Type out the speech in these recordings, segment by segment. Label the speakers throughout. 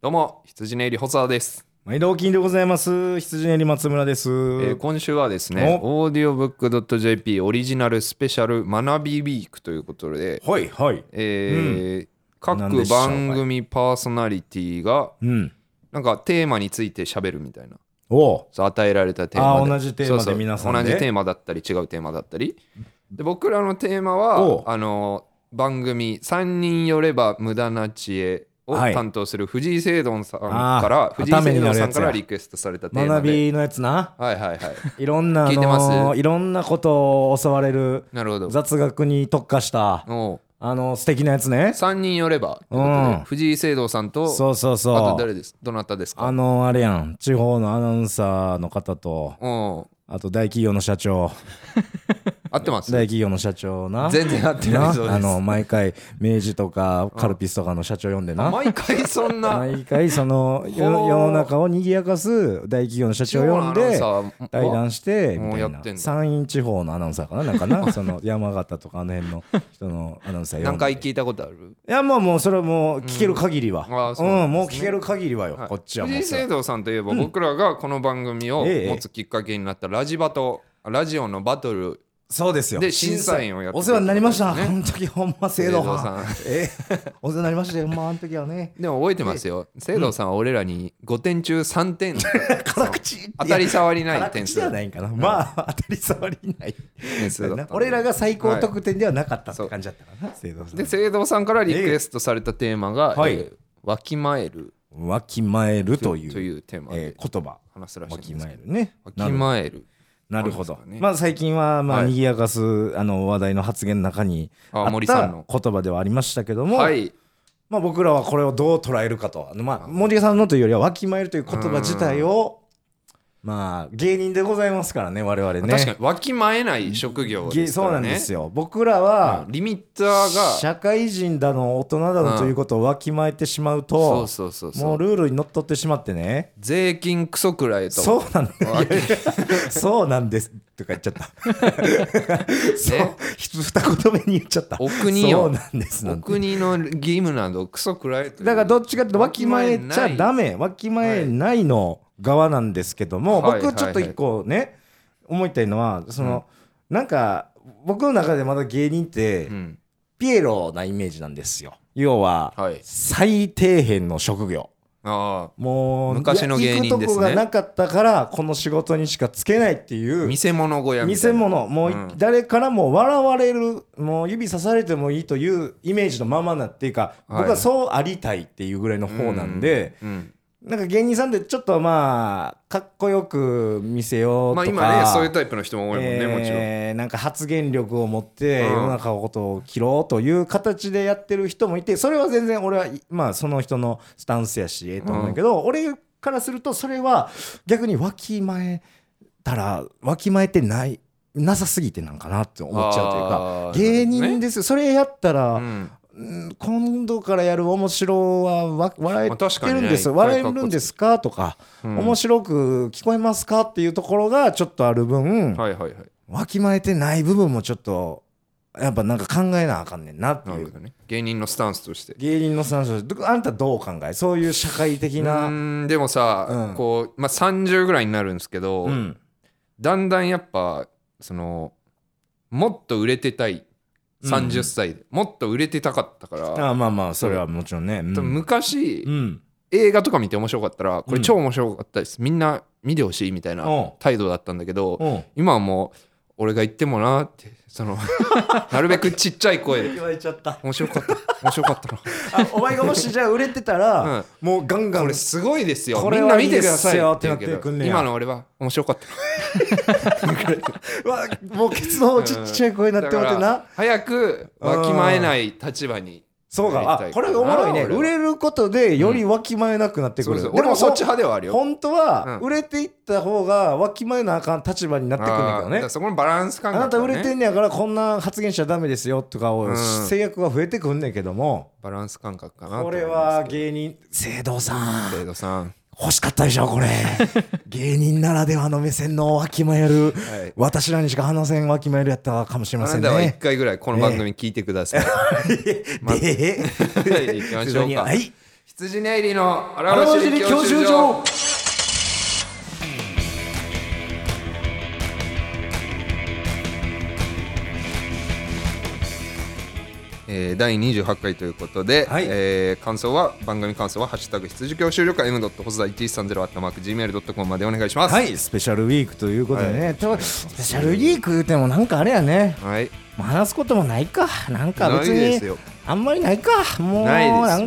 Speaker 1: どうも、羊ねいり細田です、
Speaker 2: 毎度お金でございます。羊ねり松村です。
Speaker 1: えー今週はですね、オーディオブックドット JP オリジナルスペシャル学びウィークということで、
Speaker 2: はいはい。
Speaker 1: えー
Speaker 2: なんで
Speaker 1: 各
Speaker 2: しょう
Speaker 1: 番組パーソナリティが、
Speaker 2: うん。
Speaker 1: なんかテーマについて喋るみたいな。
Speaker 2: おう
Speaker 1: そう与えられたテーマ
Speaker 2: あー同じテーマで皆さんで
Speaker 1: 同じテーマだったり違うテーマだったりで僕らのテーマ
Speaker 2: お
Speaker 1: は
Speaker 2: う
Speaker 1: あの番組「3人寄れば無駄な知恵」を
Speaker 2: はい
Speaker 1: 担当する藤井聖丼さんか
Speaker 2: あ
Speaker 1: ら
Speaker 2: ー
Speaker 1: 藤井聖丼さん
Speaker 2: 頭になるや
Speaker 1: か
Speaker 2: つ
Speaker 1: ら
Speaker 2: や
Speaker 1: リクエストされたテーマ
Speaker 2: 学
Speaker 1: で
Speaker 2: びのやつな。
Speaker 1: はいはいはい
Speaker 2: いろんな、
Speaker 1: 聞いてます
Speaker 2: あのーいろんなことを教われる
Speaker 1: なるほど
Speaker 2: 雑学に特化した、
Speaker 1: お
Speaker 2: あのー素敵なやつね。
Speaker 1: 3人寄ればということで
Speaker 2: うん
Speaker 1: 藤井聖堂さんと
Speaker 2: そうそう
Speaker 1: あと
Speaker 2: そう。
Speaker 1: 誰ですどなたです
Speaker 2: あ
Speaker 1: か
Speaker 2: のーあれやん。地方のアナウンサーの方と、
Speaker 1: うん
Speaker 2: あと大企業の社長、
Speaker 1: 合ってます
Speaker 2: 大企業の社長な。
Speaker 1: 全然合ってな
Speaker 2: ない
Speaker 1: そう
Speaker 2: あ
Speaker 1: です
Speaker 2: の、毎回、明治とかカルピスとかの社長呼んでな。
Speaker 1: 毎回そんな
Speaker 2: 毎回その世の
Speaker 1: ほう
Speaker 2: 世の中を賑やかす大企業の社長を呼ん
Speaker 1: 地
Speaker 2: で
Speaker 1: 方のアナウンサーは
Speaker 2: 対談して
Speaker 1: もう
Speaker 2: みたい
Speaker 1: やっ
Speaker 2: な
Speaker 1: てんだ
Speaker 2: 山陰地方のアナウンサーかななんかなその山形とかあの辺の人のアナウンサー呼
Speaker 1: 何
Speaker 2: んで
Speaker 1: 回聞いたことある
Speaker 2: いやもうもうそれはもう聞ける限り
Speaker 1: うんあ
Speaker 2: は
Speaker 1: ー
Speaker 2: う、
Speaker 1: そうんなん
Speaker 2: もう
Speaker 1: ですね
Speaker 2: 聞ける限りはよ、
Speaker 1: はい
Speaker 2: こっちはも
Speaker 1: 藤
Speaker 2: う
Speaker 1: 井
Speaker 2: さ
Speaker 1: 聖堂さんといえば僕らがこの番組を
Speaker 2: ええ
Speaker 1: 持つきっかけになったラジバトラジオのバトル
Speaker 2: そうですよ
Speaker 1: で審査員をやって
Speaker 2: お世話になりました、
Speaker 1: ね
Speaker 2: あの時ほんま制度
Speaker 1: 聖堂さん
Speaker 2: 派ええお世話になりましたよほんまあの時はね
Speaker 1: でも覚えてますよ聖堂さんは俺らに5点中3点
Speaker 2: 辛口って
Speaker 1: 当たり障り
Speaker 2: 辛
Speaker 1: ない点
Speaker 2: 口
Speaker 1: 数
Speaker 2: じゃないんかな、まあ当たり障りない
Speaker 1: 点数だったんで
Speaker 2: 俺らが最高得点ではなかったっ
Speaker 1: は
Speaker 2: て
Speaker 1: い
Speaker 2: 感じだったからな、聖堂さん
Speaker 1: で聖堂さんからリクエストされたテーマが
Speaker 2: ええはい
Speaker 1: えーわきまえる
Speaker 2: わきまえるという
Speaker 1: というテーマ
Speaker 2: え
Speaker 1: で
Speaker 2: ー言葉
Speaker 1: 話すらしい
Speaker 2: わ
Speaker 1: んです
Speaker 2: き
Speaker 1: けど
Speaker 2: まえるね
Speaker 1: わきまえる
Speaker 2: なるほど
Speaker 1: なんですかね
Speaker 2: まあ最近はま
Speaker 1: は
Speaker 2: あ
Speaker 1: い
Speaker 2: 賑やかすあの話題の発言の中に
Speaker 1: あ
Speaker 2: あっ
Speaker 1: 森さ
Speaker 2: た
Speaker 1: んの
Speaker 2: 言葉ではありましたけども、
Speaker 1: はい
Speaker 2: まあ、僕らはこれをどう捉えるかと、あのまあ、森さんのというよりはわきまえるという言葉自体をまあ芸人でございますからね我々ね
Speaker 1: 確かにわきまえない職業
Speaker 2: げ
Speaker 1: ですか
Speaker 2: そう
Speaker 1: ら
Speaker 2: なん
Speaker 1: ね
Speaker 2: ですよ僕らは、
Speaker 1: リミッターが
Speaker 2: 社会人だの大人だのということをわきまえてしまうと、
Speaker 1: そうそうそうそ
Speaker 2: もう
Speaker 1: う
Speaker 2: ルールにのっとってしまってね
Speaker 1: 税金クソくらいと
Speaker 2: そうなんだ
Speaker 1: わき
Speaker 2: そうなんですとか言っちゃったそ う
Speaker 1: ね
Speaker 2: ひ二言目に言っちゃった
Speaker 1: お国よ
Speaker 2: そうなんですな
Speaker 1: お
Speaker 2: んて
Speaker 1: 国の義務などクソくらえという
Speaker 2: だからどっちかっていうとわきまえちゃダ
Speaker 1: メ
Speaker 2: メわきまえないの側なんですけども、
Speaker 1: はい
Speaker 2: 僕ちょっと一個ね、思いたいのはその、なんか僕の中でまだ芸人って、
Speaker 1: うん
Speaker 2: ピエロなイメージなんですよ要は、
Speaker 1: はい
Speaker 2: 最底辺の職業
Speaker 1: あ
Speaker 2: もう
Speaker 1: 昔の芸人ですね
Speaker 2: 行くとこがなかったからこの仕事にしかつけないってい
Speaker 1: あ
Speaker 2: う
Speaker 1: 見せ物小屋
Speaker 2: 見
Speaker 1: みた
Speaker 2: せ
Speaker 1: いな
Speaker 2: 物もうい
Speaker 1: うん
Speaker 2: 誰からも笑われるもう指さされてもいいというイメージのままなっていうか
Speaker 1: はい
Speaker 2: 僕はそうありたいっていうぐらいの方なんで
Speaker 1: うん
Speaker 2: なんか芸人さんでちょっとまあかっこよく見せようと
Speaker 1: まあ
Speaker 2: か
Speaker 1: 今ねそういうタイプの人も多いもんねもちろん
Speaker 2: えーなんか発言力を持って
Speaker 1: うん
Speaker 2: 世の中のことを切ろうという形でやってる人もいてそれは全然俺はいまあその人のスタンスやしええと思うんだけど、俺からするとそれは逆にわきまえたらわきまえてないなさすぎてなんかなって思っちゃうというか
Speaker 1: あー
Speaker 2: 芸人です、それやったら、
Speaker 1: うん
Speaker 2: うん今度からやる面白はわ笑えてるんです、
Speaker 1: まあ確かにね
Speaker 2: 笑えるんですかとか、
Speaker 1: うん
Speaker 2: 面白く聞こえますかっていうところがちょっとある分、
Speaker 1: はいはいはい
Speaker 2: わきまえてない部分もちょっとやっぱなんか考えなあかんねんなって
Speaker 1: なる
Speaker 2: い
Speaker 1: ほ
Speaker 2: う
Speaker 1: どね芸人のスタンスとして
Speaker 2: 芸人のスタンスであんたどう考えそういう社会的
Speaker 1: う
Speaker 2: な
Speaker 1: ーんでもさ
Speaker 2: うん
Speaker 1: こうまあ30ぐらいになるんですけど
Speaker 2: うん
Speaker 1: だんだんやっぱそのもっと売れてたい30歳でもっと売れてたかったから
Speaker 2: あまあまあそれはもちろんねうん
Speaker 1: 昔
Speaker 2: うん
Speaker 1: 映画とか見て面白かったらこれ
Speaker 2: うん
Speaker 1: 超面白かったです、みんな見てほしいみたいな
Speaker 2: うん
Speaker 1: 態度だったんだけど、
Speaker 2: うん
Speaker 1: 今はもう俺が言ってもなってそ のなるべくちっちゃい声で
Speaker 2: 言われちゃった
Speaker 1: 面白かった面白かったな
Speaker 2: あお前がもしじゃあ売れて たら、もうガンガン
Speaker 1: これすごいですよ
Speaker 2: こ
Speaker 1: み
Speaker 2: れ
Speaker 1: んな
Speaker 2: はい
Speaker 1: 見
Speaker 2: い
Speaker 1: て
Speaker 2: で
Speaker 1: ください
Speaker 2: すよ
Speaker 1: って言うけ
Speaker 2: ってなって
Speaker 1: ど
Speaker 2: くんねや
Speaker 1: 今の俺は面白かった
Speaker 2: うわもうケツの方ちっちゃい声になってもらって
Speaker 1: だ
Speaker 2: な
Speaker 1: から早くわきまえない立場に
Speaker 2: そうかあこれおもろいね
Speaker 1: 俺は
Speaker 2: 売れることでよりわきまえなくなってく
Speaker 1: そう
Speaker 2: る、
Speaker 1: そう
Speaker 2: で
Speaker 1: 俺もそっち
Speaker 2: ほ
Speaker 1: 派
Speaker 2: ん
Speaker 1: ではあるよ
Speaker 2: 本当は
Speaker 1: うん
Speaker 2: 売れていった方がわきまえなあかん立場になってくるんだけ
Speaker 1: あー
Speaker 2: ど
Speaker 1: だか
Speaker 2: ね
Speaker 1: らそこのバランス感
Speaker 2: あな
Speaker 1: 覚
Speaker 2: た
Speaker 1: だね、
Speaker 2: 売れてんねやからこんな発言しちゃダメですよとか
Speaker 1: う
Speaker 2: を
Speaker 1: ん
Speaker 2: 制約が増えてくんねんけども、
Speaker 1: バランス感覚かな
Speaker 2: これは芸人聖堂さん
Speaker 1: 生徒さん
Speaker 2: 欲しかったでしょ これ芸人ならではの目線のわきまえ
Speaker 1: は
Speaker 2: る、
Speaker 1: い
Speaker 2: 私らにしか話せんわきまえるやったかもしれ
Speaker 1: あ
Speaker 2: ませ
Speaker 1: なんたは一
Speaker 2: ね
Speaker 1: 回ぐらいこの番組聞いてください。
Speaker 2: で、
Speaker 1: はい行きましょうか
Speaker 2: はい
Speaker 1: 羊ネイリの
Speaker 2: あ
Speaker 1: 荒
Speaker 2: らわ
Speaker 1: 走
Speaker 2: じ
Speaker 1: り
Speaker 2: り
Speaker 1: 教
Speaker 2: 教
Speaker 1: 習所
Speaker 2: 習所
Speaker 1: えー、第28回ということで、
Speaker 2: はい
Speaker 1: えー感想は番組感想は「ハッシュタグ羊教習所」か m. ホズダ1130 at mark gmail.com までお願いします。、
Speaker 2: はいいスペシャルウィークということでね、
Speaker 1: はい
Speaker 2: ちょスペシャルウィーク言うてもなんかあれやね
Speaker 1: はい、
Speaker 2: もう話すこともないかなんか別
Speaker 1: ないです
Speaker 2: に
Speaker 1: よ
Speaker 2: あんまりないかもう
Speaker 1: ないですよね
Speaker 2: なん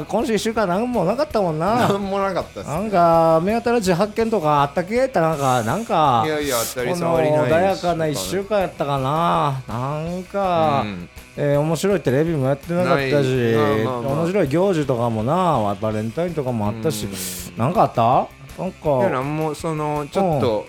Speaker 2: か今週1週間なんもなかったもんな
Speaker 1: なんもなかったっす
Speaker 2: なんか目新しい発見とかあったけってなんかなんか
Speaker 1: いやいや当たり
Speaker 2: こ
Speaker 1: 障りない
Speaker 2: の
Speaker 1: です
Speaker 2: 穏やかな1週間やったかななんか、
Speaker 1: うん
Speaker 2: えー面白いテレビもやってなかったし、
Speaker 1: ないまあまあまあ
Speaker 2: 面白い行事とかもなバレンタインとかもあったし、なんかあったなん
Speaker 1: いや
Speaker 2: か
Speaker 1: なんもそのちょっと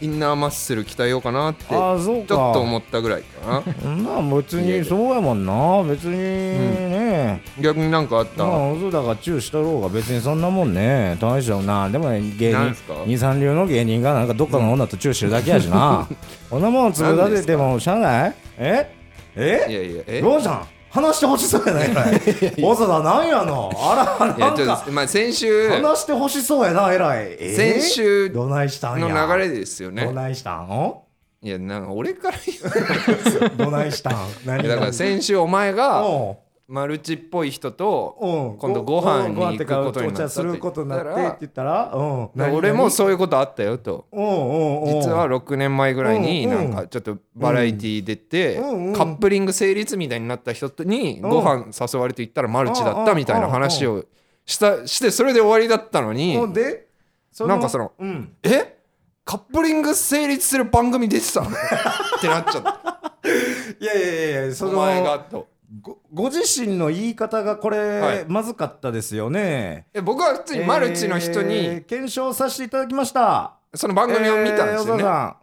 Speaker 1: インナーマッスル鍛えようかなってち
Speaker 2: あ
Speaker 1: ょ
Speaker 2: あそう
Speaker 1: っ
Speaker 2: か
Speaker 1: と思ったぐらいかな
Speaker 2: うんまあ別にそうやもんな別にね、
Speaker 1: 逆になんかあった、
Speaker 2: まあ嘘だがチューしたろうが別にそんなもんね大したよなでもね芸
Speaker 1: な
Speaker 2: 人
Speaker 1: んすか
Speaker 2: 二三流の芸人がなんかどっかの女とチューしてるだけやし な、こんなもんつぶ立ててもしゃあないええ
Speaker 1: いやいやえ
Speaker 2: ロージャン話してほしそうや ないかいわざだなんやのあら
Speaker 1: い
Speaker 2: な
Speaker 1: や
Speaker 2: ん
Speaker 1: ちょ
Speaker 2: か
Speaker 1: っとまあ先週の
Speaker 2: 話してほしそうやなえらい、えー
Speaker 1: 先週
Speaker 2: どないしたんや
Speaker 1: 流れですよ
Speaker 2: ど
Speaker 1: ね
Speaker 2: ないしたん お
Speaker 1: いやなんか俺から言う
Speaker 2: どないしたん何
Speaker 1: いやだから先週お前が
Speaker 2: おう
Speaker 1: マルチっぽい人と
Speaker 2: うん
Speaker 1: 今度ご飯に行くことになったって言ったら
Speaker 2: お茶することになってって言ったら、うん、何
Speaker 1: 俺も
Speaker 2: 何
Speaker 1: そういうことあったよと
Speaker 2: うんうんうん、
Speaker 1: 実は6年前ぐらいに
Speaker 2: うん
Speaker 1: な
Speaker 2: うん
Speaker 1: んかちょっとバラエティー出て
Speaker 2: うんうん
Speaker 1: カップリング成立みたいになった人に
Speaker 2: うん
Speaker 1: ご飯誘われて行ったらマルチだったみたいな話をしたしてそれで終わりだったのに
Speaker 2: ほんで
Speaker 1: なんかその
Speaker 2: うん、
Speaker 1: えカップリング成立する番組出て たのってなっちゃった
Speaker 2: いやいやいやいやそ
Speaker 1: お
Speaker 2: の
Speaker 1: 前がと
Speaker 2: ごご自身の言い方がこれ、
Speaker 1: はい
Speaker 2: まずかったですよね
Speaker 1: え僕は普通にマルチの人
Speaker 2: え
Speaker 1: に
Speaker 2: ー検証させていただきました
Speaker 1: その番組を見たんですよ
Speaker 2: えー小
Speaker 1: ね
Speaker 2: 沢さん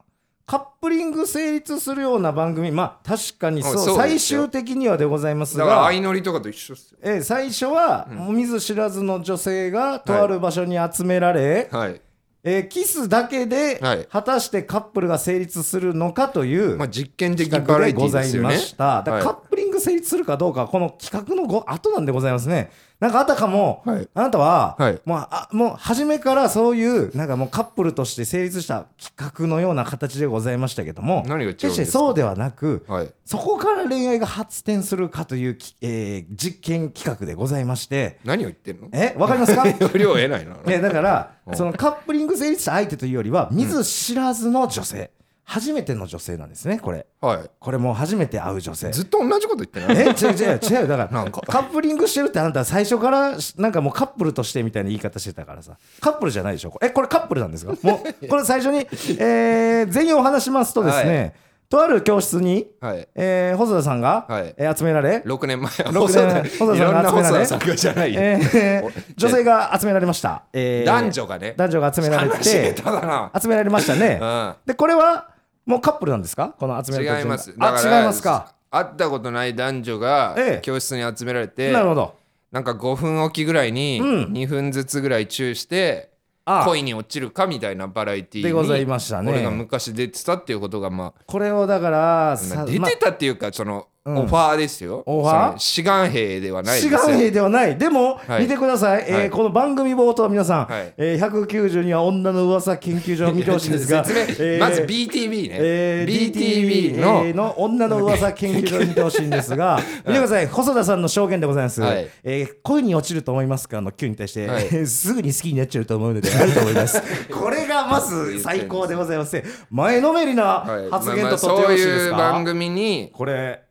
Speaker 2: カップリング成立するような番組まあ確かにそう,、
Speaker 1: うんそうで
Speaker 2: 最
Speaker 1: すよ
Speaker 2: 終的にはでございます
Speaker 1: だから
Speaker 2: が
Speaker 1: 相乗りとかと一緒っすよ
Speaker 2: えー最初は、見ず知らずの女性がとある場所に集められ、
Speaker 1: はい
Speaker 2: えーキスだけで、
Speaker 1: はい
Speaker 2: 果たしてカップルが成立するのかという、
Speaker 1: まあ実験的
Speaker 2: 企
Speaker 1: バ
Speaker 2: 画
Speaker 1: ラ
Speaker 2: で
Speaker 1: エティ
Speaker 2: ご
Speaker 1: ーで
Speaker 2: ざ
Speaker 1: す
Speaker 2: い
Speaker 1: よ
Speaker 2: ま
Speaker 1: ね
Speaker 2: した。だからカ
Speaker 1: は
Speaker 2: ップリング成立するかどうかはこの企画のご後なんでございますね。なんかあたかも、
Speaker 1: はい
Speaker 2: あなたは、
Speaker 1: はい
Speaker 2: もうあもう初めからそういうなんかもうカップルとして成立した企画のような形でございましたけども、
Speaker 1: 何が違うんですか
Speaker 2: 決してそうではなく、
Speaker 1: いはい
Speaker 2: そこから恋愛が発展するかというき、えー実験企画でございまして、
Speaker 1: 何を言ってんの
Speaker 2: えわかり ますか
Speaker 1: 不良を得ないな
Speaker 2: ね、だから
Speaker 1: うん
Speaker 2: そのカップリング成立した相手というよりは見ず知らずの女性、初めての女性なんですねこれ
Speaker 1: は
Speaker 2: これもう初めて会う女性
Speaker 1: いずっと同じこと言ってない
Speaker 2: え違う違う違うだから
Speaker 1: なんか
Speaker 2: カップリングしてるってあなた最初からしなんかもうカップルとしてみたいな言い方してたからさカップルじゃないでしょこれえこれカップルなんですかも うこれ最初に、えー全員お話しますとですね、とある教室に、
Speaker 1: はい
Speaker 2: えー細田さんが、
Speaker 1: はい
Speaker 2: えー集められ、
Speaker 1: 6年前
Speaker 2: 六年
Speaker 1: 細田い
Speaker 2: 細田さん
Speaker 1: ろん
Speaker 2: が
Speaker 1: な
Speaker 2: 集められ
Speaker 1: 細田さんがじゃないよ
Speaker 2: えー女性が集められました、えー
Speaker 1: 男女がね
Speaker 2: 男女が集められ
Speaker 1: 話下
Speaker 2: て
Speaker 1: 手だな
Speaker 2: 集められましたね、
Speaker 1: うん
Speaker 2: でこれはもうカップルなんですかこの集められた
Speaker 1: 違います
Speaker 2: 順番
Speaker 1: だら
Speaker 2: あ違いますか
Speaker 1: 会ったことない男女が
Speaker 2: ええ
Speaker 1: 教室に集められて
Speaker 2: なるほど
Speaker 1: なんか5分おきぐらいに
Speaker 2: うん
Speaker 1: 2分ずつぐらいチューして
Speaker 2: ああ
Speaker 1: 恋に落ちるかみたいなバラエティーに
Speaker 2: でございましたね
Speaker 1: 俺が昔出てたっていうことがま
Speaker 2: これをだから
Speaker 1: あ
Speaker 2: さ
Speaker 1: 出
Speaker 2: ま
Speaker 1: てたっていうかその
Speaker 2: うん
Speaker 1: オファーですよ
Speaker 2: オファー
Speaker 1: その志願兵ではないです
Speaker 2: 志
Speaker 1: よ
Speaker 2: 願兵ではないでも、
Speaker 1: はい
Speaker 2: 見てください、えー
Speaker 1: はい
Speaker 2: この番組冒頭皆さん、
Speaker 1: はい
Speaker 2: えー、190には女の噂研究所を見てほしいんです が
Speaker 1: 説明
Speaker 2: えー
Speaker 1: まず BTB ね、
Speaker 2: えー
Speaker 1: BTB
Speaker 2: BTV
Speaker 1: の、
Speaker 2: のの女の噂研究所に見てほしいんです が、見てください細田さんの証言でございます、
Speaker 1: はい
Speaker 2: えー恋に落ちると思いますかの Q に対して、
Speaker 1: はい
Speaker 2: すぐに好きになっちゃうと思うのであると思います これがまず最高でございますね前のめり
Speaker 1: はい
Speaker 2: な発言ととって
Speaker 1: まあまあそう
Speaker 2: よろしいで
Speaker 1: い
Speaker 2: す
Speaker 1: う
Speaker 2: か、
Speaker 1: 番組に
Speaker 2: これ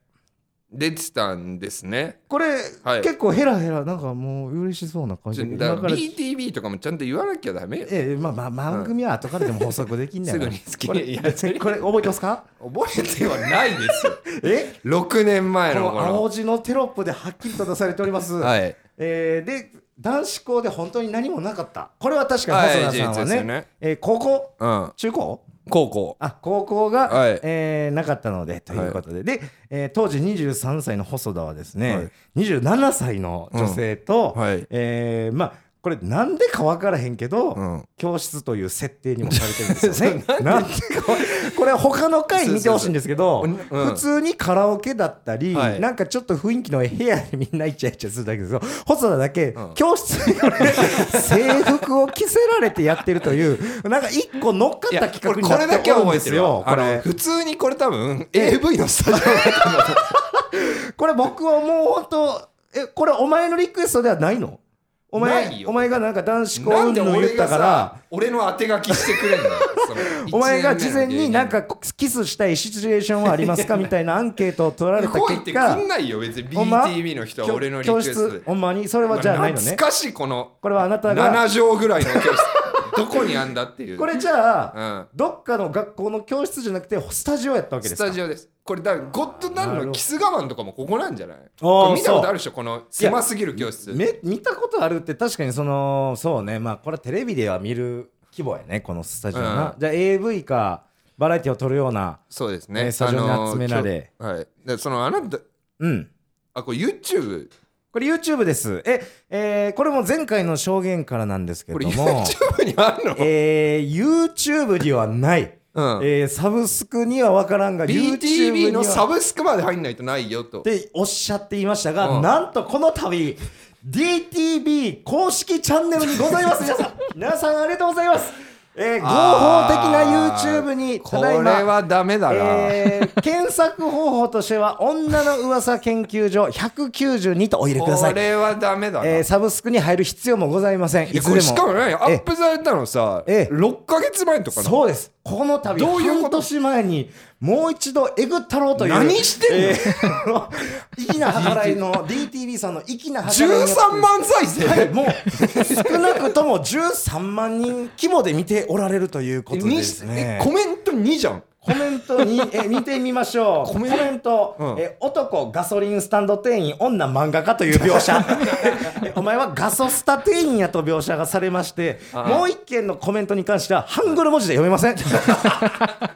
Speaker 1: 出てたんですね
Speaker 2: これ、
Speaker 1: はい
Speaker 2: 結構ヘラヘラなんかもう嬉しそうな感
Speaker 1: ち
Speaker 2: じ
Speaker 1: ょ
Speaker 2: で
Speaker 1: だ
Speaker 2: 今
Speaker 1: か
Speaker 2: からら
Speaker 1: BTB とかもちゃんと言わなきゃダメよ
Speaker 2: ええまあまあ番組は後からでも補足できんだよな
Speaker 1: すぐに好き
Speaker 2: これ
Speaker 1: いやそれ
Speaker 2: これ覚えてますか
Speaker 1: 覚えてはないです よ
Speaker 2: え
Speaker 1: 6年前
Speaker 2: こ
Speaker 1: の
Speaker 2: の
Speaker 1: こ
Speaker 2: 青
Speaker 1: の
Speaker 2: 字のテロップではっきりと出されております、
Speaker 1: はい
Speaker 2: えーで男子校で本当に何もなかったこれは確か
Speaker 1: はい
Speaker 2: に細田さんは
Speaker 1: 事実です
Speaker 2: ね,、
Speaker 1: よね
Speaker 2: えー高校
Speaker 1: うん
Speaker 2: 中高
Speaker 1: 高校
Speaker 2: あ高校が、
Speaker 1: はい
Speaker 2: えーなかったのでということで、で、えー当時23歳の細田はですね、
Speaker 1: はい
Speaker 2: 27歳の女性と、
Speaker 1: うんはい
Speaker 2: えーまあこれなんでか分からへんけど、
Speaker 1: うん
Speaker 2: 教室という設定にもされてるんですよね。なんでかこれは他の回見てほしいんですけど
Speaker 1: そうそうそううん
Speaker 2: 普通にカラオケだったり、
Speaker 1: はい
Speaker 2: なんかちょっと雰囲気の部屋でみんなイチャイチャするだけですよ細田だけ、
Speaker 1: うん
Speaker 2: 教室にこれ制服を着せられてやってるというなんか一個乗っか
Speaker 1: い
Speaker 2: った
Speaker 1: や
Speaker 2: 企
Speaker 1: こ
Speaker 2: 画
Speaker 1: れこれ
Speaker 2: にな
Speaker 1: だ
Speaker 2: って
Speaker 1: け
Speaker 2: おるん
Speaker 1: 覚
Speaker 2: で
Speaker 1: えて
Speaker 2: す
Speaker 1: る
Speaker 2: よ
Speaker 1: よ
Speaker 2: こ
Speaker 1: あの
Speaker 2: れ
Speaker 1: 普通にこれ多分 AV のスタジオだと思う
Speaker 2: これ僕はもう本当えこれお前のリクエストではないのお
Speaker 1: ない
Speaker 2: 前
Speaker 1: よ
Speaker 2: お前がなんか男子校
Speaker 1: なん
Speaker 2: 運
Speaker 1: で
Speaker 2: 動言っ
Speaker 1: 俺
Speaker 2: た
Speaker 1: が
Speaker 2: か
Speaker 1: さ
Speaker 2: ら
Speaker 1: 俺の当て書きしてくれんのよその
Speaker 2: お前が
Speaker 1: 一年目の
Speaker 2: 事前
Speaker 1: 芸人
Speaker 2: になんかキスしたいシチュエーションはありますかみたいなアンケートを取られた
Speaker 1: 来いっ
Speaker 2: 結
Speaker 1: て
Speaker 2: 果
Speaker 1: くんないよ別に
Speaker 2: ほんま
Speaker 1: BTV の人は俺のリクエ
Speaker 2: 教
Speaker 1: ストで
Speaker 2: 室ほんまにそれはじゃあないのね
Speaker 1: 懐かしいこの
Speaker 2: これはあなたが
Speaker 1: 7畳ぐらいの教室どこにあんだっていう
Speaker 2: これじゃ
Speaker 1: う
Speaker 2: あ
Speaker 1: ん
Speaker 2: どっかの学校の教室じゃなくてスタジオやったわけで
Speaker 1: ス
Speaker 2: すか
Speaker 1: タジオですこれだからゴッドナ
Speaker 2: なるほ
Speaker 1: ン
Speaker 2: ど
Speaker 1: のキス我慢とかもここなんじゃない
Speaker 2: そう
Speaker 1: これ見たことあるでしょこの狭すぎる教室
Speaker 2: め見たことあるって確かにそのそうねまあこれはテレビでは見る規模やねこのスタジオな、
Speaker 1: う
Speaker 2: じゃあ AV かバラエティを撮るような
Speaker 1: そうです
Speaker 2: ね
Speaker 1: ね
Speaker 2: スタジオに
Speaker 1: あの
Speaker 2: 集められ
Speaker 1: きょはいでそのあなた
Speaker 2: うん
Speaker 1: あこれ YouTube
Speaker 2: これ YouTube ですえ、えーこれも前回の証言からなんですけ
Speaker 1: こ
Speaker 2: れ
Speaker 1: れ
Speaker 2: ども
Speaker 1: YouTube にあんの
Speaker 2: えー、YouTube にはない、
Speaker 1: うん
Speaker 2: えーサブスクには分からんが
Speaker 1: BTV のサ
Speaker 2: ブ
Speaker 1: ブスクまで入んないとないよと
Speaker 2: っておっしゃっていましたが、
Speaker 1: うん
Speaker 2: なんとこの度 DTV 公式チャンネルにございます皆 さん皆さんありがとうございます、えー、合法的な
Speaker 1: あー
Speaker 2: YouTube に
Speaker 1: こ
Speaker 2: ただい
Speaker 1: れ
Speaker 2: ま
Speaker 1: はダメだな
Speaker 2: えー検索方法としては女の噂研究所192とお入れくださ
Speaker 1: こ
Speaker 2: い、
Speaker 1: れはダメだな
Speaker 2: えー、サブスクに入る必要もございませんい
Speaker 1: いや
Speaker 2: つ
Speaker 1: こ
Speaker 2: で
Speaker 1: れしか
Speaker 2: も
Speaker 1: もねア
Speaker 2: え
Speaker 1: ップされたのさ
Speaker 2: ええ
Speaker 1: 6か月前とかな
Speaker 2: そうですこの度
Speaker 1: どういうこと
Speaker 2: 半年前にもう一度えぐったろうという
Speaker 1: 何してんの
Speaker 2: えー あの粋な計らいの DTV さんの粋な計らいによって
Speaker 1: 13万再生、
Speaker 2: はい、もう少なくとも13万人規模で見ておられるということで
Speaker 1: に
Speaker 2: ですね
Speaker 1: え。コメント2じゃん
Speaker 2: コメントにえ見てみましょ う。コメント、
Speaker 1: うん
Speaker 2: え男ガソリンスタンド店員女漫画家という描 写えお前はガソスタ店員やと描写がされまして
Speaker 1: ああ
Speaker 2: もう一件のコメントに関してはハングル文字で読めませ ん、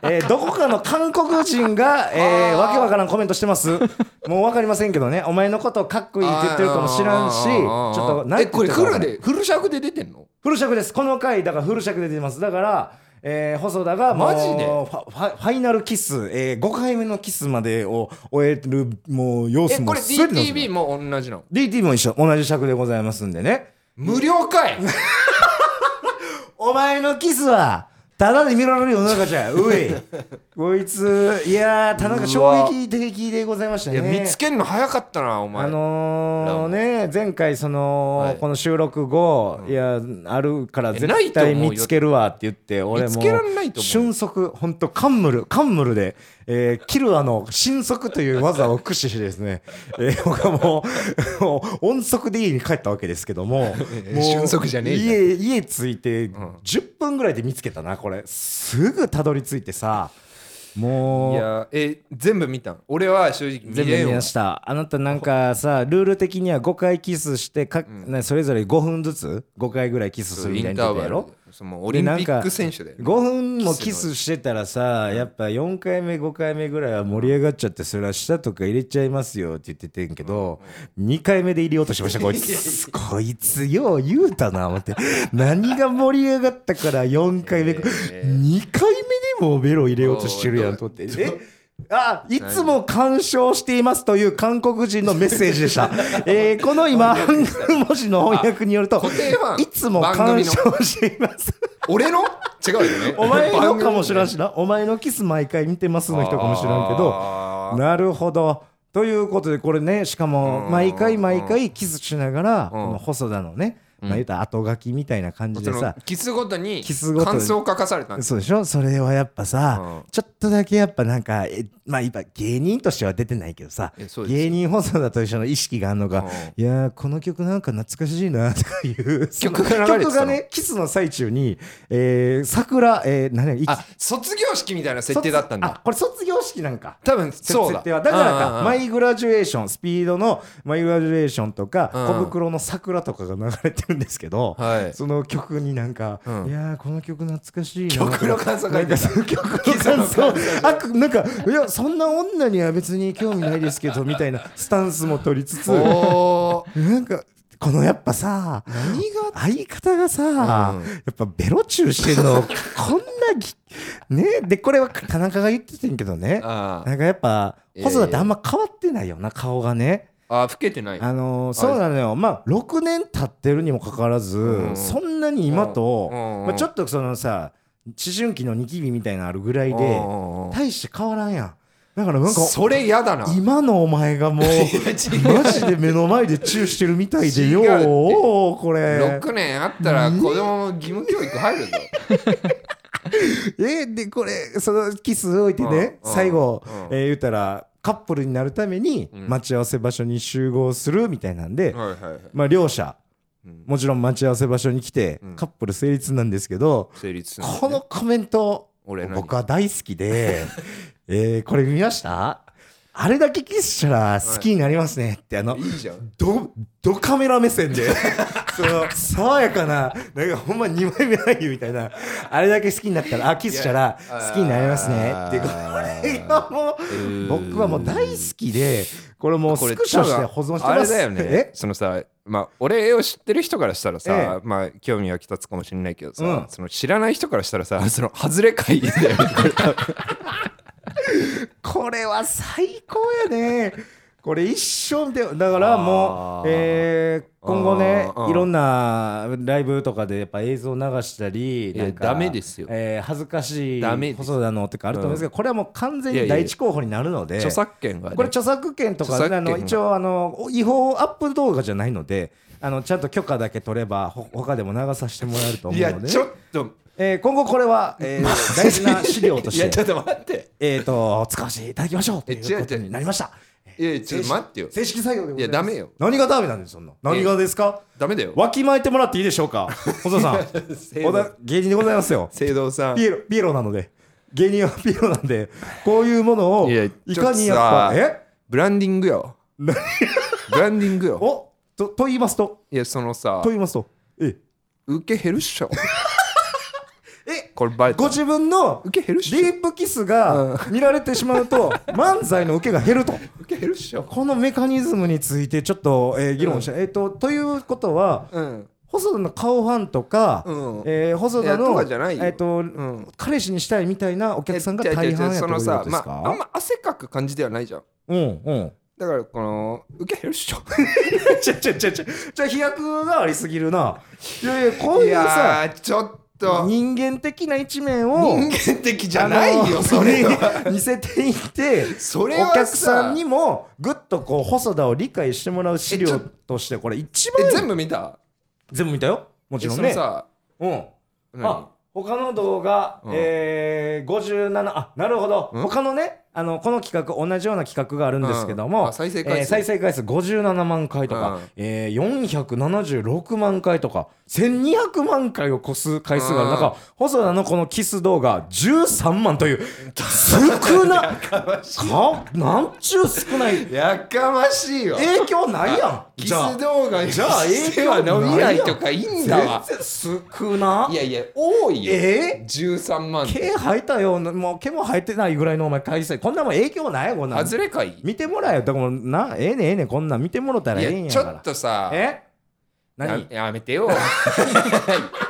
Speaker 2: えーどこかの韓国人が、
Speaker 1: あ
Speaker 2: えー
Speaker 1: あ
Speaker 2: わけわからんコメントしてますもうわかりませんけどねお前のことをかっこいいって言ってるかも知らんしちょっと
Speaker 1: えこれフル
Speaker 2: で
Speaker 1: でフル尺で出てんの
Speaker 2: フル尺です。この回だからフル尺で出てます。だから、えー細田がもう
Speaker 1: マジで
Speaker 2: ファファファイナルキス、えー、5回目のキスまでを終えるもう様
Speaker 1: え
Speaker 2: 子
Speaker 1: こ
Speaker 2: も
Speaker 1: れ
Speaker 2: 全て載せて
Speaker 1: DTV
Speaker 2: ます
Speaker 1: も同じなの
Speaker 2: DTV も一緒同じ尺でございますんでね
Speaker 1: 無料かい
Speaker 2: お前のキスはただで見られる世の中じゃ ういこいついやー田中
Speaker 1: うわ
Speaker 2: 衝撃的でございました
Speaker 1: い
Speaker 2: ね
Speaker 1: や見つけんの早かったなお前、
Speaker 2: あのーね前回その、
Speaker 1: はい
Speaker 2: この収録後、いやあるから
Speaker 1: えないと思
Speaker 2: 絶対
Speaker 1: うよ
Speaker 2: 見つけるわって言って俺も
Speaker 1: 見つけられないと思う
Speaker 2: 瞬足本当カンムルカンムルで、えーキルアの神速という技を駆使してですね、えー僕はもうもう音速で家に帰ったわけですけども
Speaker 1: え
Speaker 2: もう
Speaker 1: 瞬足じゃねえじゃん
Speaker 2: 家家着いて10分ぐらいで見つけたなこれすぐたどり着いてさもう
Speaker 1: いやえ全部見たん俺は正直
Speaker 2: 全
Speaker 1: 見れ
Speaker 2: 部
Speaker 1: ん
Speaker 2: 見
Speaker 1: わ
Speaker 2: ましたあなたなんかさルール的には5回キスしてか、ねそれぞれ5分ずつ5回ぐらいキスする
Speaker 1: イ
Speaker 2: みたい
Speaker 1: ン
Speaker 2: な
Speaker 1: ター
Speaker 2: こと
Speaker 1: バ
Speaker 2: や
Speaker 1: ル
Speaker 2: ろ
Speaker 1: でそのオリンピック選手だよ
Speaker 2: 5分もキスしてたらさやっぱ4回目5回目ぐらいは盛り上がっちゃってそれは舌とか入れちゃいますよって言っててんけど2回目で入れようとしまし たこいつこいつよう言うたな思って何が盛り上がったから4回目2回目でもベロ入れようとしてるやんと思ってえあいつも鑑賞していますという韓国人のメッセージで した、えーこの今ハングル文字の翻訳によると
Speaker 1: 固定ファン
Speaker 2: いつも
Speaker 1: 番
Speaker 2: 鑑
Speaker 1: 組の
Speaker 2: 賞しています
Speaker 1: 俺の違うよね
Speaker 2: お前のかもしらん
Speaker 1: し
Speaker 2: しな、お前のキス毎回見てますの人かもしらんけど、
Speaker 1: ど
Speaker 2: なるほど。ということで、これね、しかも、
Speaker 1: うん
Speaker 2: 毎回毎回キスしながら、こ
Speaker 1: うん
Speaker 2: の細田のね、まあ言うたら後書きみたいな感じで
Speaker 1: その
Speaker 2: さ、
Speaker 1: キスごとに
Speaker 2: キスごとに
Speaker 1: 感想を書かされたんです
Speaker 2: そうでしょそれはやっぱさ、
Speaker 1: う
Speaker 2: ちょっとだけやっぱなんか、えまあ今芸人としては出てないけどさ
Speaker 1: えそう、です
Speaker 2: 芸人細田と一緒の意識があるのが、いやーこの曲なんか懐かしいなとかいう、
Speaker 1: 曲が流れてたの
Speaker 2: 曲がね、キスの最中に、えー桜、えー、何
Speaker 1: あ卒業式みたいな設定だったん
Speaker 2: 卒あ
Speaker 1: だ
Speaker 2: これ卒業式なんか
Speaker 1: 多分そうだ
Speaker 2: 設定はだから
Speaker 1: うんうん
Speaker 2: か
Speaker 1: うん
Speaker 2: マイグラジュエーションスピードのマイグラジュエーションとか
Speaker 1: うん
Speaker 2: 小袋の桜とかが流れてるんですけど
Speaker 1: はい
Speaker 2: その曲になんか
Speaker 1: うん
Speaker 2: いやーこの曲懐かしいな
Speaker 1: 曲の感想書いてた
Speaker 2: 曲の感想 あくなんかいやそんな女には別に興味ないですけどみたいなスタンスも取りつつ
Speaker 1: おー
Speaker 2: なんかこのやっぱさ
Speaker 1: 何
Speaker 2: 相方がさ、
Speaker 1: うん
Speaker 2: やっぱベロチューしてるのこんなぎねでこれは田中が言っててんけどね
Speaker 1: あー
Speaker 2: なんかやっぱ
Speaker 1: いやいや
Speaker 2: 細田ってあんま変わってないよな顔がね
Speaker 1: あー老けてない
Speaker 2: あのーそうなのよまあ6年経ってるにもかかわらず、
Speaker 1: うん
Speaker 2: そんなに今と、
Speaker 1: うんうん
Speaker 2: まあ、ちょっとそのさ思春期のニキビみたいなのあるぐらい
Speaker 1: うん
Speaker 2: で
Speaker 1: うんうん
Speaker 2: 大して変わらんやんだからなんか
Speaker 1: それやだな
Speaker 2: 今のお前 がもうマジで目の前でチューしてるみたいでよ
Speaker 1: 違うって
Speaker 2: これ
Speaker 1: 6年あったら子供の義務教育入るぞ
Speaker 2: えでこれそのキス置いてね
Speaker 1: うん
Speaker 2: 最後
Speaker 1: うん
Speaker 2: えー言うたらカップルになるために
Speaker 1: うん
Speaker 2: 待ち合わせ場所に集合するみたいなんで
Speaker 1: はいはいはい
Speaker 2: まあ両者
Speaker 1: うん
Speaker 2: もちろん待ち合わせ場所に来て
Speaker 1: うん
Speaker 2: カップル成立なんですけど
Speaker 1: 成立するんだね
Speaker 2: このコメント
Speaker 1: 俺何
Speaker 2: 僕は大好 きでえーこれ見ましたあれだけキスしたら好きになりますねってあの
Speaker 1: いいじゃん
Speaker 2: ど、どカメラ目線で、 その、爽やかな、なんかほんま2枚目俳優みたいな、あれだけ好きになったら、あ、キスしたら
Speaker 1: いや
Speaker 2: 好きになりますね
Speaker 1: あー
Speaker 2: っていう、これがもう、僕はもう大好きで、これもう
Speaker 1: これ
Speaker 2: スクショして保存して
Speaker 1: あ
Speaker 2: ま
Speaker 1: れ
Speaker 2: す。
Speaker 1: だよねそのさまあ俺を知ってる人からしたらさ
Speaker 2: え
Speaker 1: まあ興味は立つかもしれないけど
Speaker 2: うん
Speaker 1: さその知らない人からしたらさ その外れ会 だよねこれ多分
Speaker 2: えこれは最高やね。これ一生見てだからも
Speaker 1: あー
Speaker 2: う、えー今後ね
Speaker 1: うんうん
Speaker 2: いろんなライブとかでやっぱ映像流したり
Speaker 1: いや
Speaker 2: なんか
Speaker 1: ダメですよ
Speaker 2: えー恥ずかしい
Speaker 1: ダメです
Speaker 2: 細田のとかあると思うんですけど、これはもう完全
Speaker 1: いや
Speaker 2: に
Speaker 1: いやいや
Speaker 2: 第一候補になるので
Speaker 1: 著作権がね
Speaker 2: これ著作権とか
Speaker 1: 著作
Speaker 2: あ
Speaker 1: 権が
Speaker 2: の一応あの違法アップ動画じゃないのであのちゃんと許可だけ取ればほ他でも流させてもらえると思
Speaker 1: いうや
Speaker 2: ので、
Speaker 1: ちょっと
Speaker 2: えー今後これは、 えー大事な資料と
Speaker 1: いや
Speaker 2: し
Speaker 1: ちょ
Speaker 2: て
Speaker 1: っと待って
Speaker 2: えーと使わせていただきましょうと
Speaker 1: え
Speaker 2: いうこと
Speaker 1: 違う違う
Speaker 2: になりました。
Speaker 1: いやちょっと待ってよ
Speaker 2: 正式作業でござ
Speaker 1: いや
Speaker 2: いま
Speaker 1: ダ
Speaker 2: す
Speaker 1: メよ
Speaker 2: 何がダメなんですそんな何がですか
Speaker 1: ダメだよ
Speaker 2: わきまえてもらっていいでしょう か細田さん
Speaker 1: 正
Speaker 2: 小田
Speaker 1: 道
Speaker 2: 芸人でございますよ
Speaker 1: 正道さん
Speaker 2: ピエロピエロなので芸人は ピエロなんでこういうものを
Speaker 1: いや
Speaker 2: いかにやっぱ
Speaker 1: ちょっと
Speaker 2: え
Speaker 1: ブランディングよブランディングよ
Speaker 2: おとと言いますと
Speaker 1: いやそのさ
Speaker 2: と言いますとえ
Speaker 1: 受け減るっしょ
Speaker 2: え
Speaker 1: これバレた
Speaker 2: ご自分の
Speaker 1: 受け減るっしょ
Speaker 2: リープキスが見られてしま うと漫才の受けが減ると
Speaker 1: 受け減るっしょ
Speaker 2: このメカニズムについてちょっと、えー議論して、えっ、とということは
Speaker 1: うん
Speaker 2: 細田の顔ファンとか、
Speaker 1: うん
Speaker 2: えー細田
Speaker 1: いやと
Speaker 2: の
Speaker 1: かじゃないよ
Speaker 2: えーと
Speaker 1: ん
Speaker 2: 彼氏にしたいみたいなお客さんが大半やということです
Speaker 1: そのさ、まあ、あん
Speaker 2: か、
Speaker 1: ま汗かく感じではないじゃん
Speaker 2: うんうん
Speaker 1: だからこの受け減るっしょ
Speaker 2: ちゃちゃちゃちゃちゃ飛躍がありすぎるないやいやこう
Speaker 1: い
Speaker 2: いうさ
Speaker 1: やーちょっと
Speaker 2: 人間的な一面を
Speaker 1: 人間的じゃないよ、それ は
Speaker 2: は見せていって
Speaker 1: それはさ
Speaker 2: お客さんにもぐっとこう細田を理解してもらう資
Speaker 1: えち
Speaker 2: 料
Speaker 1: ょ
Speaker 2: としてこれ一
Speaker 1: え
Speaker 2: 番
Speaker 1: 全部見た
Speaker 2: 全部見たよも
Speaker 1: え
Speaker 2: ちろ
Speaker 1: そ
Speaker 2: ん
Speaker 1: の
Speaker 2: ね
Speaker 1: さ
Speaker 2: うんあ
Speaker 1: 何
Speaker 2: 他の動画、
Speaker 1: うん
Speaker 2: えー、57あなるほど、
Speaker 1: うん
Speaker 2: 他のねあのこの企画同じような企画があるんですけど
Speaker 1: うん
Speaker 2: も、
Speaker 1: あ再生回数
Speaker 2: えー再生回数57万回とか、
Speaker 1: うん
Speaker 2: えー、476万回とか1200万回を超す回数がある中、
Speaker 1: うん
Speaker 2: 細田のこのキス動画13万という少なかなんちゅう少ない
Speaker 1: やかましいよ
Speaker 2: 影響ないやん
Speaker 1: キ
Speaker 2: じゃ
Speaker 1: ス
Speaker 2: あ
Speaker 1: 動画に
Speaker 2: じゃあ影響ないやん
Speaker 1: 伸びないとかいいんだわ
Speaker 2: 全然少ない
Speaker 1: やいや多いよ
Speaker 2: え
Speaker 1: 13万って
Speaker 2: 毛生えたようなもう毛も生えてないぐらいのお前回数こんなもん影響もないよこんなん
Speaker 1: 外れかいい
Speaker 2: 見てもらえよだからなええねんええねんこんなん見てもろたらええん
Speaker 1: や
Speaker 2: や
Speaker 1: ちょ
Speaker 2: から
Speaker 1: っとさ
Speaker 2: え何
Speaker 1: ややめてよ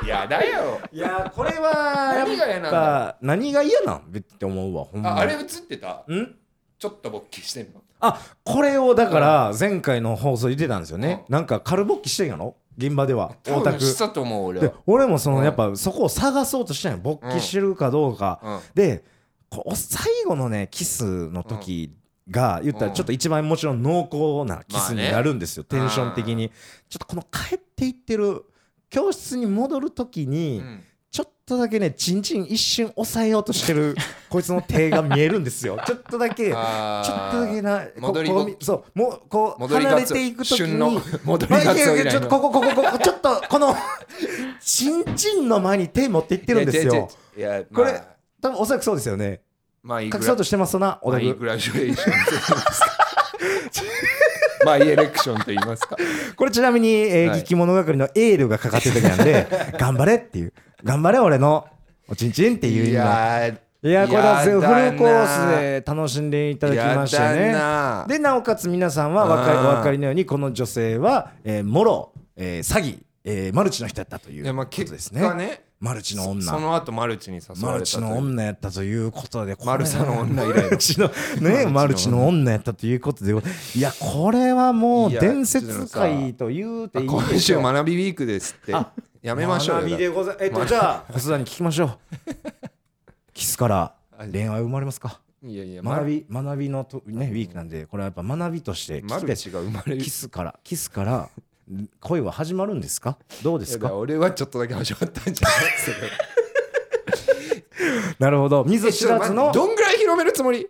Speaker 1: やだよ
Speaker 2: いやこれは
Speaker 1: 何が嫌
Speaker 2: や
Speaker 1: な
Speaker 2: っ
Speaker 1: んだ
Speaker 2: ぱ何が嫌なんって思うわほんま
Speaker 1: あ
Speaker 2: に
Speaker 1: あれ映ってた
Speaker 2: ん
Speaker 1: ちょっと勃起してんの
Speaker 2: あこれをだから前回の放送言ってたんですよね、
Speaker 1: う
Speaker 2: なんかカルボッキしてんやろ現場では
Speaker 1: 多
Speaker 2: 大田
Speaker 1: 分
Speaker 2: 区
Speaker 1: したと思う俺
Speaker 2: で
Speaker 1: は
Speaker 2: 俺もその、
Speaker 1: うん
Speaker 2: やっぱそこを探そうとしたんや勃起してるかどうか、
Speaker 1: うん
Speaker 2: でこう最後のねキスの時が言ったらちょっと一番もちろん濃厚なキスになるんですよ、
Speaker 1: まあね
Speaker 2: テンション的にちょっとこの帰っていってる教室に戻る時に、
Speaker 1: うん
Speaker 2: ちょっとだけねちんちん一瞬押さえようとし てるこいつの手が見えるんですよちょっとだけちょ
Speaker 1: あー
Speaker 2: っとだけなこ
Speaker 1: 戻り
Speaker 2: こ
Speaker 1: ご
Speaker 2: うみそうもうこう
Speaker 1: 戻りガ
Speaker 2: 離
Speaker 1: ツオ
Speaker 2: れていく時に
Speaker 1: 旬の戻り
Speaker 2: まあい
Speaker 1: ガ
Speaker 2: やい
Speaker 1: ツオ以来の
Speaker 2: やいやちょっとここここここちょっと このちんちんの前に手持っていってるんですよ
Speaker 1: いや違う違ういや
Speaker 2: これ
Speaker 1: まあ
Speaker 2: 多分おそらくそうですよね
Speaker 1: まあいい
Speaker 2: 隠そうとしてますな小
Speaker 1: ま
Speaker 2: 田
Speaker 1: あいい
Speaker 2: 君
Speaker 1: グラジュエーションと言いますか まあエレクションと言いますか
Speaker 2: これちなみに、えー
Speaker 1: はい
Speaker 2: 激物係のエールがかかってる時なん で頑張れっていう頑張れ俺のおちんちんっていう意味が
Speaker 1: や
Speaker 2: いやこれは全部フルコース
Speaker 1: い
Speaker 2: で楽しんでいただきまし
Speaker 1: や
Speaker 2: た
Speaker 1: だ
Speaker 2: ね
Speaker 1: な
Speaker 2: でなおかつ皆さんは分かり
Speaker 1: あー
Speaker 2: お分かりのようにこの女性は、えーもろえー詐欺、えーマルチの人やったとい
Speaker 1: いや
Speaker 2: う
Speaker 1: まあ
Speaker 2: こと
Speaker 1: 結
Speaker 2: ですね。
Speaker 1: 果ね
Speaker 2: マルチの
Speaker 1: そ
Speaker 2: 女。
Speaker 1: その後マルチに誘われ
Speaker 2: マル
Speaker 1: た
Speaker 2: チ
Speaker 1: と
Speaker 2: の
Speaker 1: いう
Speaker 2: 女やったということで、これ
Speaker 1: マルサの女以来の
Speaker 2: マルチのね、マ
Speaker 1: マ
Speaker 2: ル
Speaker 1: ル
Speaker 2: チ
Speaker 1: チ
Speaker 2: の
Speaker 1: の
Speaker 2: 女やったということで、いや、これはもう
Speaker 1: い
Speaker 2: い
Speaker 1: や
Speaker 2: 伝説界と言うていいでしょう
Speaker 1: 今週学びウィークですってやめましょうよ
Speaker 2: 学びでございえっと、
Speaker 1: 学び
Speaker 2: じゃあ、細田に聞きましょ う。キスから恋愛生まれますか
Speaker 1: いやいや
Speaker 2: 学び、学びのと、ね、ウィークなんで、これはやっぱ学びとして、
Speaker 1: マルチが生まれる
Speaker 2: キスから、キスから、恋は始まるんですかどうで
Speaker 1: いや
Speaker 2: す
Speaker 1: だから
Speaker 2: か
Speaker 1: 俺はちょっとだけ始まったんじゃないですか
Speaker 2: なるほど。見ず知 らずの、
Speaker 1: どんぐらい広めるつもり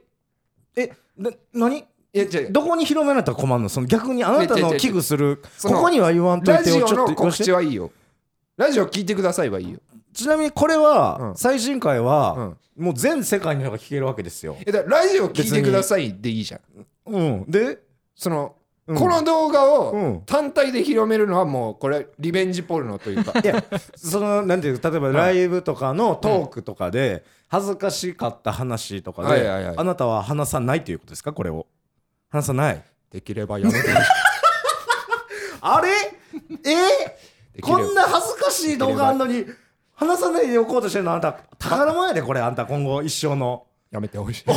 Speaker 2: え、な、何
Speaker 1: いや違う
Speaker 2: どこに広められたら困るのその逆にあなたの危惧する
Speaker 1: そ
Speaker 2: こ
Speaker 1: の
Speaker 2: こには言わんとい
Speaker 1: ラ
Speaker 2: て
Speaker 1: ジ
Speaker 2: よ
Speaker 1: オ
Speaker 2: ちょっ
Speaker 1: の
Speaker 2: と言わ
Speaker 1: 告
Speaker 2: して
Speaker 1: 知はいいよラジオ聞いてくださいはいいよ
Speaker 2: ちなみにこれは
Speaker 1: うん
Speaker 2: 最新回はもう全世界の人が聞けるわけですよ。
Speaker 1: えだからラジオ聞いてくださいでいいじゃん
Speaker 2: うん、で、
Speaker 1: その
Speaker 2: うん
Speaker 1: この動画
Speaker 2: うん
Speaker 1: を単体で広めるのはもうこれリベンジポルノと いうか
Speaker 2: いやそのなんていうか例えばライブとかのトークとかで恥ずかしかった話とか
Speaker 1: はい
Speaker 2: で
Speaker 1: はいはい
Speaker 2: あなたは話さないということですかこれを話さない
Speaker 1: できればやめて
Speaker 2: あ れえ
Speaker 1: できれ
Speaker 2: こ
Speaker 1: ば
Speaker 2: んな恥ずかしい動画あんのに話さないでおこうとしてるのあんた宝物やでこれあんた今後一生の。
Speaker 1: やめて ほしい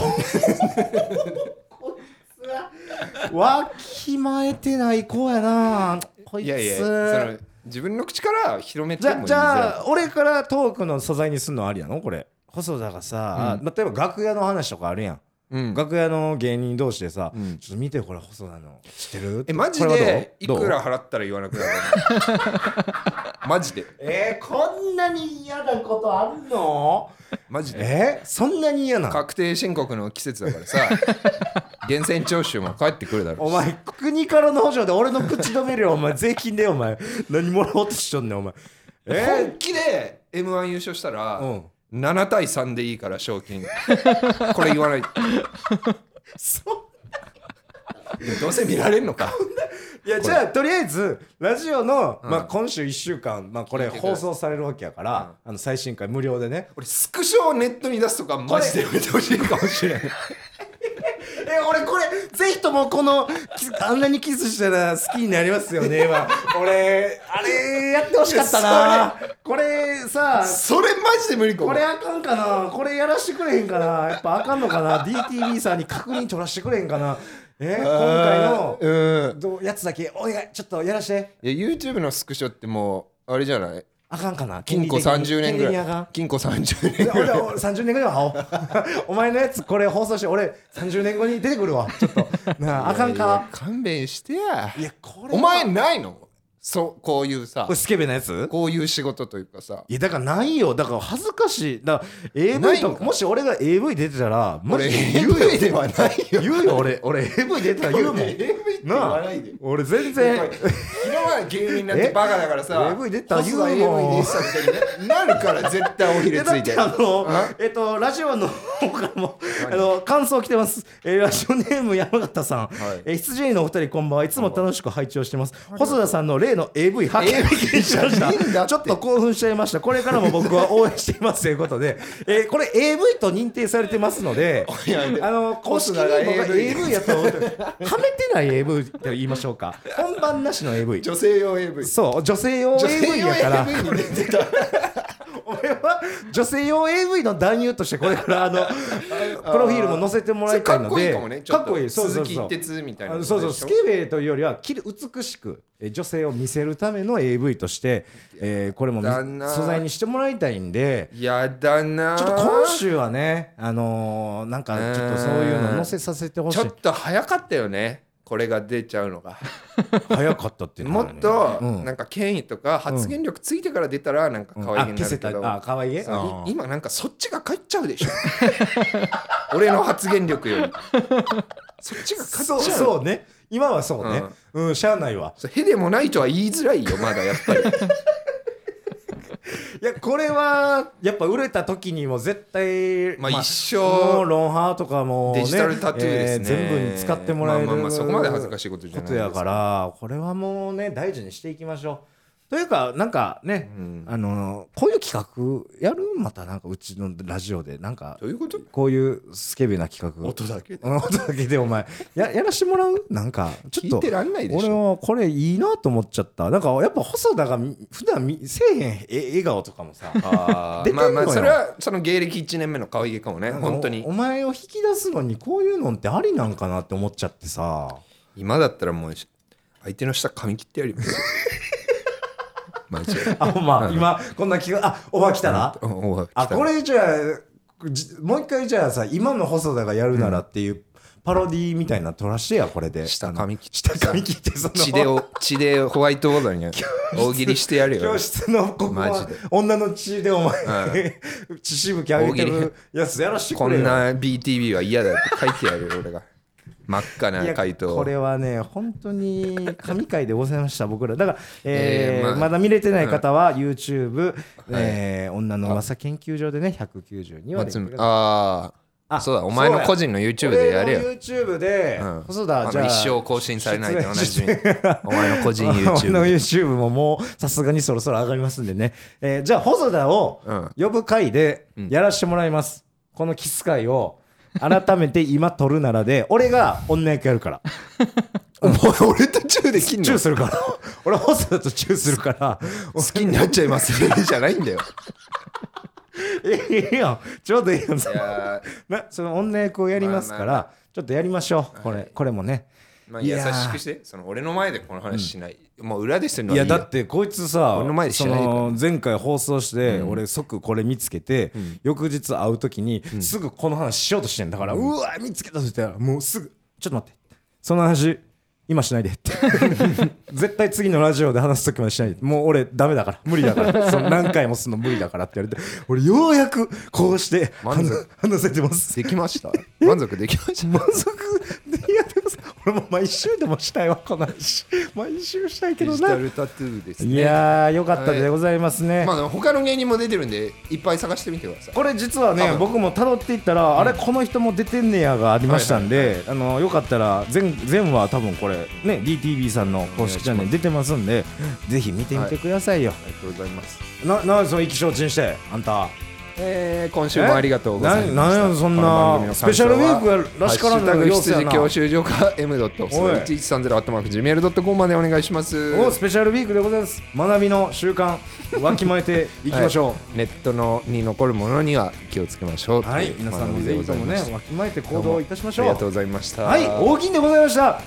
Speaker 2: わきまえてない子やなこいつ
Speaker 1: いやいやその自分の口から広めて
Speaker 2: じ
Speaker 1: も
Speaker 2: ゃ
Speaker 1: いい
Speaker 2: じ
Speaker 1: あ
Speaker 2: ゃあ俺からトークの素材にすんのありやのこれ細田がさ、
Speaker 1: う
Speaker 2: まあ例えば楽屋の話とかあるやん、
Speaker 1: うん
Speaker 2: 楽屋の芸人同士でさ、
Speaker 1: うん
Speaker 2: ちょっと見てよこれ細田の知ってる
Speaker 1: えマジ
Speaker 2: これは
Speaker 1: でい
Speaker 2: どう
Speaker 1: く
Speaker 2: どう
Speaker 1: ら払ったら言わなくなるの マジで
Speaker 2: えー、こんなに嫌なことあるの
Speaker 1: マジで
Speaker 2: えー、そんなに嫌なの
Speaker 1: 確定申告の季節だから さ源泉徴収も帰ってくるだろう
Speaker 2: お前国からの補助で俺の口止め料お前税金でお前何もらおうとしとんねんお前え
Speaker 1: 本気で m 1優勝したら、
Speaker 2: ー、うん
Speaker 1: 7対3でいいから賞 金これ言わない
Speaker 2: そう
Speaker 1: どうせ見られんのか
Speaker 2: いや
Speaker 1: これ
Speaker 2: じゃあとりあえずラジオの、
Speaker 1: うん
Speaker 2: まあ、今週1週間、まあ、これ
Speaker 1: 聞いてくださ
Speaker 2: 放
Speaker 1: い
Speaker 2: 送されるわけやから、あの最新回無料で ね
Speaker 1: 俺スクショをネットに出すとかマジでやめてほしいか もしれない
Speaker 2: え俺これぜひともこのキスあんなにキスしたら好きになりますよ ねは俺あれやってほしかったなこれさ
Speaker 1: それマジで無理かも
Speaker 2: これあかんかなこれやらしてくれへんかなやっぱあかんのかな DTV さんに確認取らしてくれへんかなえ今回の
Speaker 1: うん
Speaker 2: どうやつだけお願いちょっとやらして
Speaker 1: いや YouTube のスクショってもうあれじゃない
Speaker 2: あかんかな
Speaker 1: 金庫30年ぐ
Speaker 2: 権利的にあからん
Speaker 1: い金庫30年
Speaker 2: で俺俺30年後には会おう お前のやつこれ放送して俺30年後に出てくるわちょっとなああか
Speaker 1: いや
Speaker 2: ん
Speaker 1: い
Speaker 2: か
Speaker 1: や勘弁してや
Speaker 2: いやこれ
Speaker 1: お前ないのそうこういうさ
Speaker 2: これスケベなやつ
Speaker 1: こういう仕事というかさ
Speaker 2: いやだからないよだから恥ずかしいだから
Speaker 1: な
Speaker 2: AV
Speaker 1: い
Speaker 2: と
Speaker 1: ん
Speaker 2: か
Speaker 1: か
Speaker 2: もし俺が AV 出てたらマジ
Speaker 1: 俺
Speaker 2: で
Speaker 1: AV ではないよ
Speaker 2: 言うよ俺俺 AV 出てたら 言うもん
Speaker 1: AV って言
Speaker 2: な
Speaker 1: わ
Speaker 2: あ
Speaker 1: ないで
Speaker 2: 俺全然
Speaker 1: 昨日は芸人になってバカだからさ
Speaker 2: え AV 出た
Speaker 1: 細田
Speaker 2: 言うもん
Speaker 1: AV 出したみたいにななるから絶対おひ
Speaker 2: い
Speaker 1: れ
Speaker 2: や
Speaker 1: つ
Speaker 2: だっ
Speaker 1: いて
Speaker 2: てあの
Speaker 1: あ
Speaker 2: えっとラジオの方からもあの感想来てます、えーラジオネーム山形さん、
Speaker 1: い
Speaker 2: えー羊のお二人こんばんはいつも楽しく拝聴してます細田さんの例の AV 発見
Speaker 1: AV
Speaker 2: しま し
Speaker 1: いいんだ
Speaker 2: た
Speaker 1: って
Speaker 2: ちょっと興奮しちゃいましたこれからも 僕は応援していますということで、えーこれ AV と認定されてますので
Speaker 1: いやいや
Speaker 2: あの公式に僕が
Speaker 1: 細田が AV
Speaker 2: AV やと思ってはめてない AV と言いましょうか本番なしの AV
Speaker 1: 女性用 AV
Speaker 2: そう女性用
Speaker 1: 女
Speaker 2: AV
Speaker 1: 性用
Speaker 2: やから
Speaker 1: AV に出てた
Speaker 2: 俺は女性用 AV の男優としてこれから あの プロフィールも載せてもらいたいの
Speaker 1: それ
Speaker 2: で
Speaker 1: かっこいいかもねちょっ
Speaker 2: か
Speaker 1: と
Speaker 2: っこいいそうそうそう
Speaker 1: 鈴木一徹みたいな
Speaker 2: あのそうそうスケベというよりはきれ美しくえ女性を見せるための AV として、えーこれもみ
Speaker 1: だな
Speaker 2: 素材にしてもらいたいんで
Speaker 1: やだなあ
Speaker 2: ちょっと今週はねあのーなんかちょっとそういうの載せさせてほし
Speaker 1: ち
Speaker 2: い
Speaker 1: ょっと早かったよねこれが出ちゃうのが
Speaker 2: 早かったっていうの
Speaker 1: も
Speaker 2: はね
Speaker 1: っと
Speaker 2: うん
Speaker 1: なんか権威とか発言力ついてから出たらなんか可愛げ
Speaker 2: あ
Speaker 1: に
Speaker 2: 消
Speaker 1: な
Speaker 2: せ
Speaker 1: るけ
Speaker 2: た
Speaker 1: ど、
Speaker 2: あ可愛いげ
Speaker 1: い今なんかそっちが勝っちゃうでしょ 俺の発言力よりそっちが勝っちゃ
Speaker 2: そううそうね今はそうねうんしゃあないわ
Speaker 1: そうへでもないとは言いづらいよまだやっぱり
Speaker 2: いやこれはやっぱ売れた時にも絶対
Speaker 1: まあ一生
Speaker 2: もうロンハーとかもね
Speaker 1: デジタルタトゥーですね、
Speaker 2: えー全部に使ってもらえる
Speaker 1: まあまあまあそこまで恥ずかしいことじゃ
Speaker 2: こ
Speaker 1: ない
Speaker 2: と
Speaker 1: です
Speaker 2: やからこれはもうね大事にしていきましょうというかなんかね、
Speaker 1: うん
Speaker 2: あのこういう企画やるまたなんかうちのラジオでなんか
Speaker 1: どういうこと
Speaker 2: こういうスケベな企画
Speaker 1: 音だけで
Speaker 2: うん音だけでお前ややらしてもらうなんかち
Speaker 1: 聞
Speaker 2: ょ
Speaker 1: い
Speaker 2: ってと
Speaker 1: らんないでし
Speaker 2: 俺
Speaker 1: ょ
Speaker 2: はこれいいなと思っちゃったなんかやっぱ細田がみ普段みせえへんえ笑顔とかもさ
Speaker 1: あー
Speaker 2: 出てん
Speaker 1: ま
Speaker 2: の
Speaker 1: あ
Speaker 2: よ
Speaker 1: まあそれはその芸歴1年目の可愛いかもね
Speaker 2: なんかお
Speaker 1: 本当に
Speaker 2: お前を引き出すのにこういうのってありなんかなって思っちゃってさ
Speaker 1: 今だったらもう相手の下噛み切ってやり ますよマジで
Speaker 2: あまあ
Speaker 1: うん
Speaker 2: 今こんな気があおば来たな
Speaker 1: うんおわ来た
Speaker 2: あこれじゃあじもう一回じゃあさ今の細田がやるならっていうパロディみたいなの撮らしてやこれで
Speaker 1: 下噛み切って
Speaker 2: 下髪切ってその
Speaker 1: 血でお血でホワイトボードに大喜利してやるよ
Speaker 2: 教室のここ
Speaker 1: マジ
Speaker 2: は
Speaker 1: で
Speaker 2: 女の血でお前、 血しぶき上げてるやつやらして
Speaker 1: こ
Speaker 2: くれよ
Speaker 1: んな BTV は嫌だって書いてやるよ俺が真っ赤
Speaker 2: い
Speaker 1: な
Speaker 2: や
Speaker 1: 回答
Speaker 2: これはね本当に神回でございました僕らだ から、えー
Speaker 1: えーま
Speaker 2: ま
Speaker 1: あ
Speaker 2: だ見れてない方は YouTube、えー女の噂研究所でね192話で
Speaker 1: 松
Speaker 2: 見
Speaker 1: 村
Speaker 2: てください
Speaker 1: ああそうだお前の個人の YouTube でやれよ
Speaker 2: 俺の YouTube で、
Speaker 1: うん
Speaker 2: 細
Speaker 1: あ
Speaker 2: 田じゃ
Speaker 1: の
Speaker 2: あ
Speaker 1: 一生更新されないで同じみにお前の個 人
Speaker 2: 俺
Speaker 1: YouTube
Speaker 2: の
Speaker 1: で
Speaker 2: YouTube ももうさすがにそろそろ上がりますんでね、えーじゃあ細田を
Speaker 1: うん
Speaker 2: 呼ぶ回でやらしてもらいます、このキス回を改めて今撮るならで 俺が女役やるから
Speaker 1: お前俺とチューできん
Speaker 2: チューするから 俺細田とチューするから
Speaker 1: 好きになっちゃいますねじゃないんだよ
Speaker 2: ええやんちょ うどいいやん
Speaker 1: いや
Speaker 2: なその女役をやりますから、
Speaker 1: まあ
Speaker 2: ちょっとやりましょうこれ,、これもね
Speaker 1: まあ
Speaker 2: い
Speaker 1: 優
Speaker 2: やー
Speaker 1: しくしてその俺の前でこの話しないもう裏でするの
Speaker 2: い
Speaker 1: は
Speaker 2: や
Speaker 1: いいよ
Speaker 2: だってこいつさ
Speaker 1: 俺の前でし
Speaker 2: そ
Speaker 1: ないから
Speaker 2: の前回放送して俺即これ見つけて翌日会う時にすぐこの話しようとしてんだから「うわ見つけた」って言ったらもうすぐ「ちょっと待ってその話今しないで」って 絶対次のラジオで話す時までしないでもう俺ダメだから無理だか らその何回もすんの無理だからって言われて俺ようやくこうして
Speaker 1: 満足
Speaker 2: 話話せてます
Speaker 1: できました 満足できま した
Speaker 2: 満足でやってます俺も毎週でもしたいわこの話毎週したいけ
Speaker 1: デ
Speaker 2: ど
Speaker 1: ジ
Speaker 2: な
Speaker 1: タルタトゥーですね
Speaker 2: いやー、よかったでございますね。
Speaker 1: まあでも他の芸人も出てるんでいっぱい探してみてください
Speaker 2: これ実はね
Speaker 1: あ
Speaker 2: 僕も辿っていったら、あれこの人も出てんねやがありましたんで、あのよかったら全全話多分これね DTV さんの公式チャンネル出てますんでぜひ見てみてくださいよ、
Speaker 1: ありがとうございます
Speaker 2: ななんでその意気消沈してあんた
Speaker 1: えー今週もありがとうございました。
Speaker 2: えなんなんやそん
Speaker 1: こ
Speaker 2: な
Speaker 1: の番組の感想は
Speaker 2: スペシャルウィークやらしから
Speaker 1: ハッシュ
Speaker 2: ぬ
Speaker 1: タグ
Speaker 2: 様子やな
Speaker 1: 羊教習所か m ドット
Speaker 2: おい
Speaker 1: 一一三ゼロアットマーク gmail.com までお願いします。
Speaker 2: おスペシャルウィークでございます学びの習慣わきま えていきましょう、
Speaker 1: はいネットのに残るものには気をつけましょう。
Speaker 2: はい、
Speaker 1: という
Speaker 2: 皆さん
Speaker 1: 学
Speaker 2: も
Speaker 1: び
Speaker 2: ぜ
Speaker 1: でご
Speaker 2: ひと
Speaker 1: ざい
Speaker 2: も
Speaker 1: ま
Speaker 2: ね
Speaker 1: した
Speaker 2: わきまえて
Speaker 1: ど
Speaker 2: 行
Speaker 1: うも
Speaker 2: 動いたしましょう
Speaker 1: ありがとうございました。
Speaker 2: はい大きいんでございました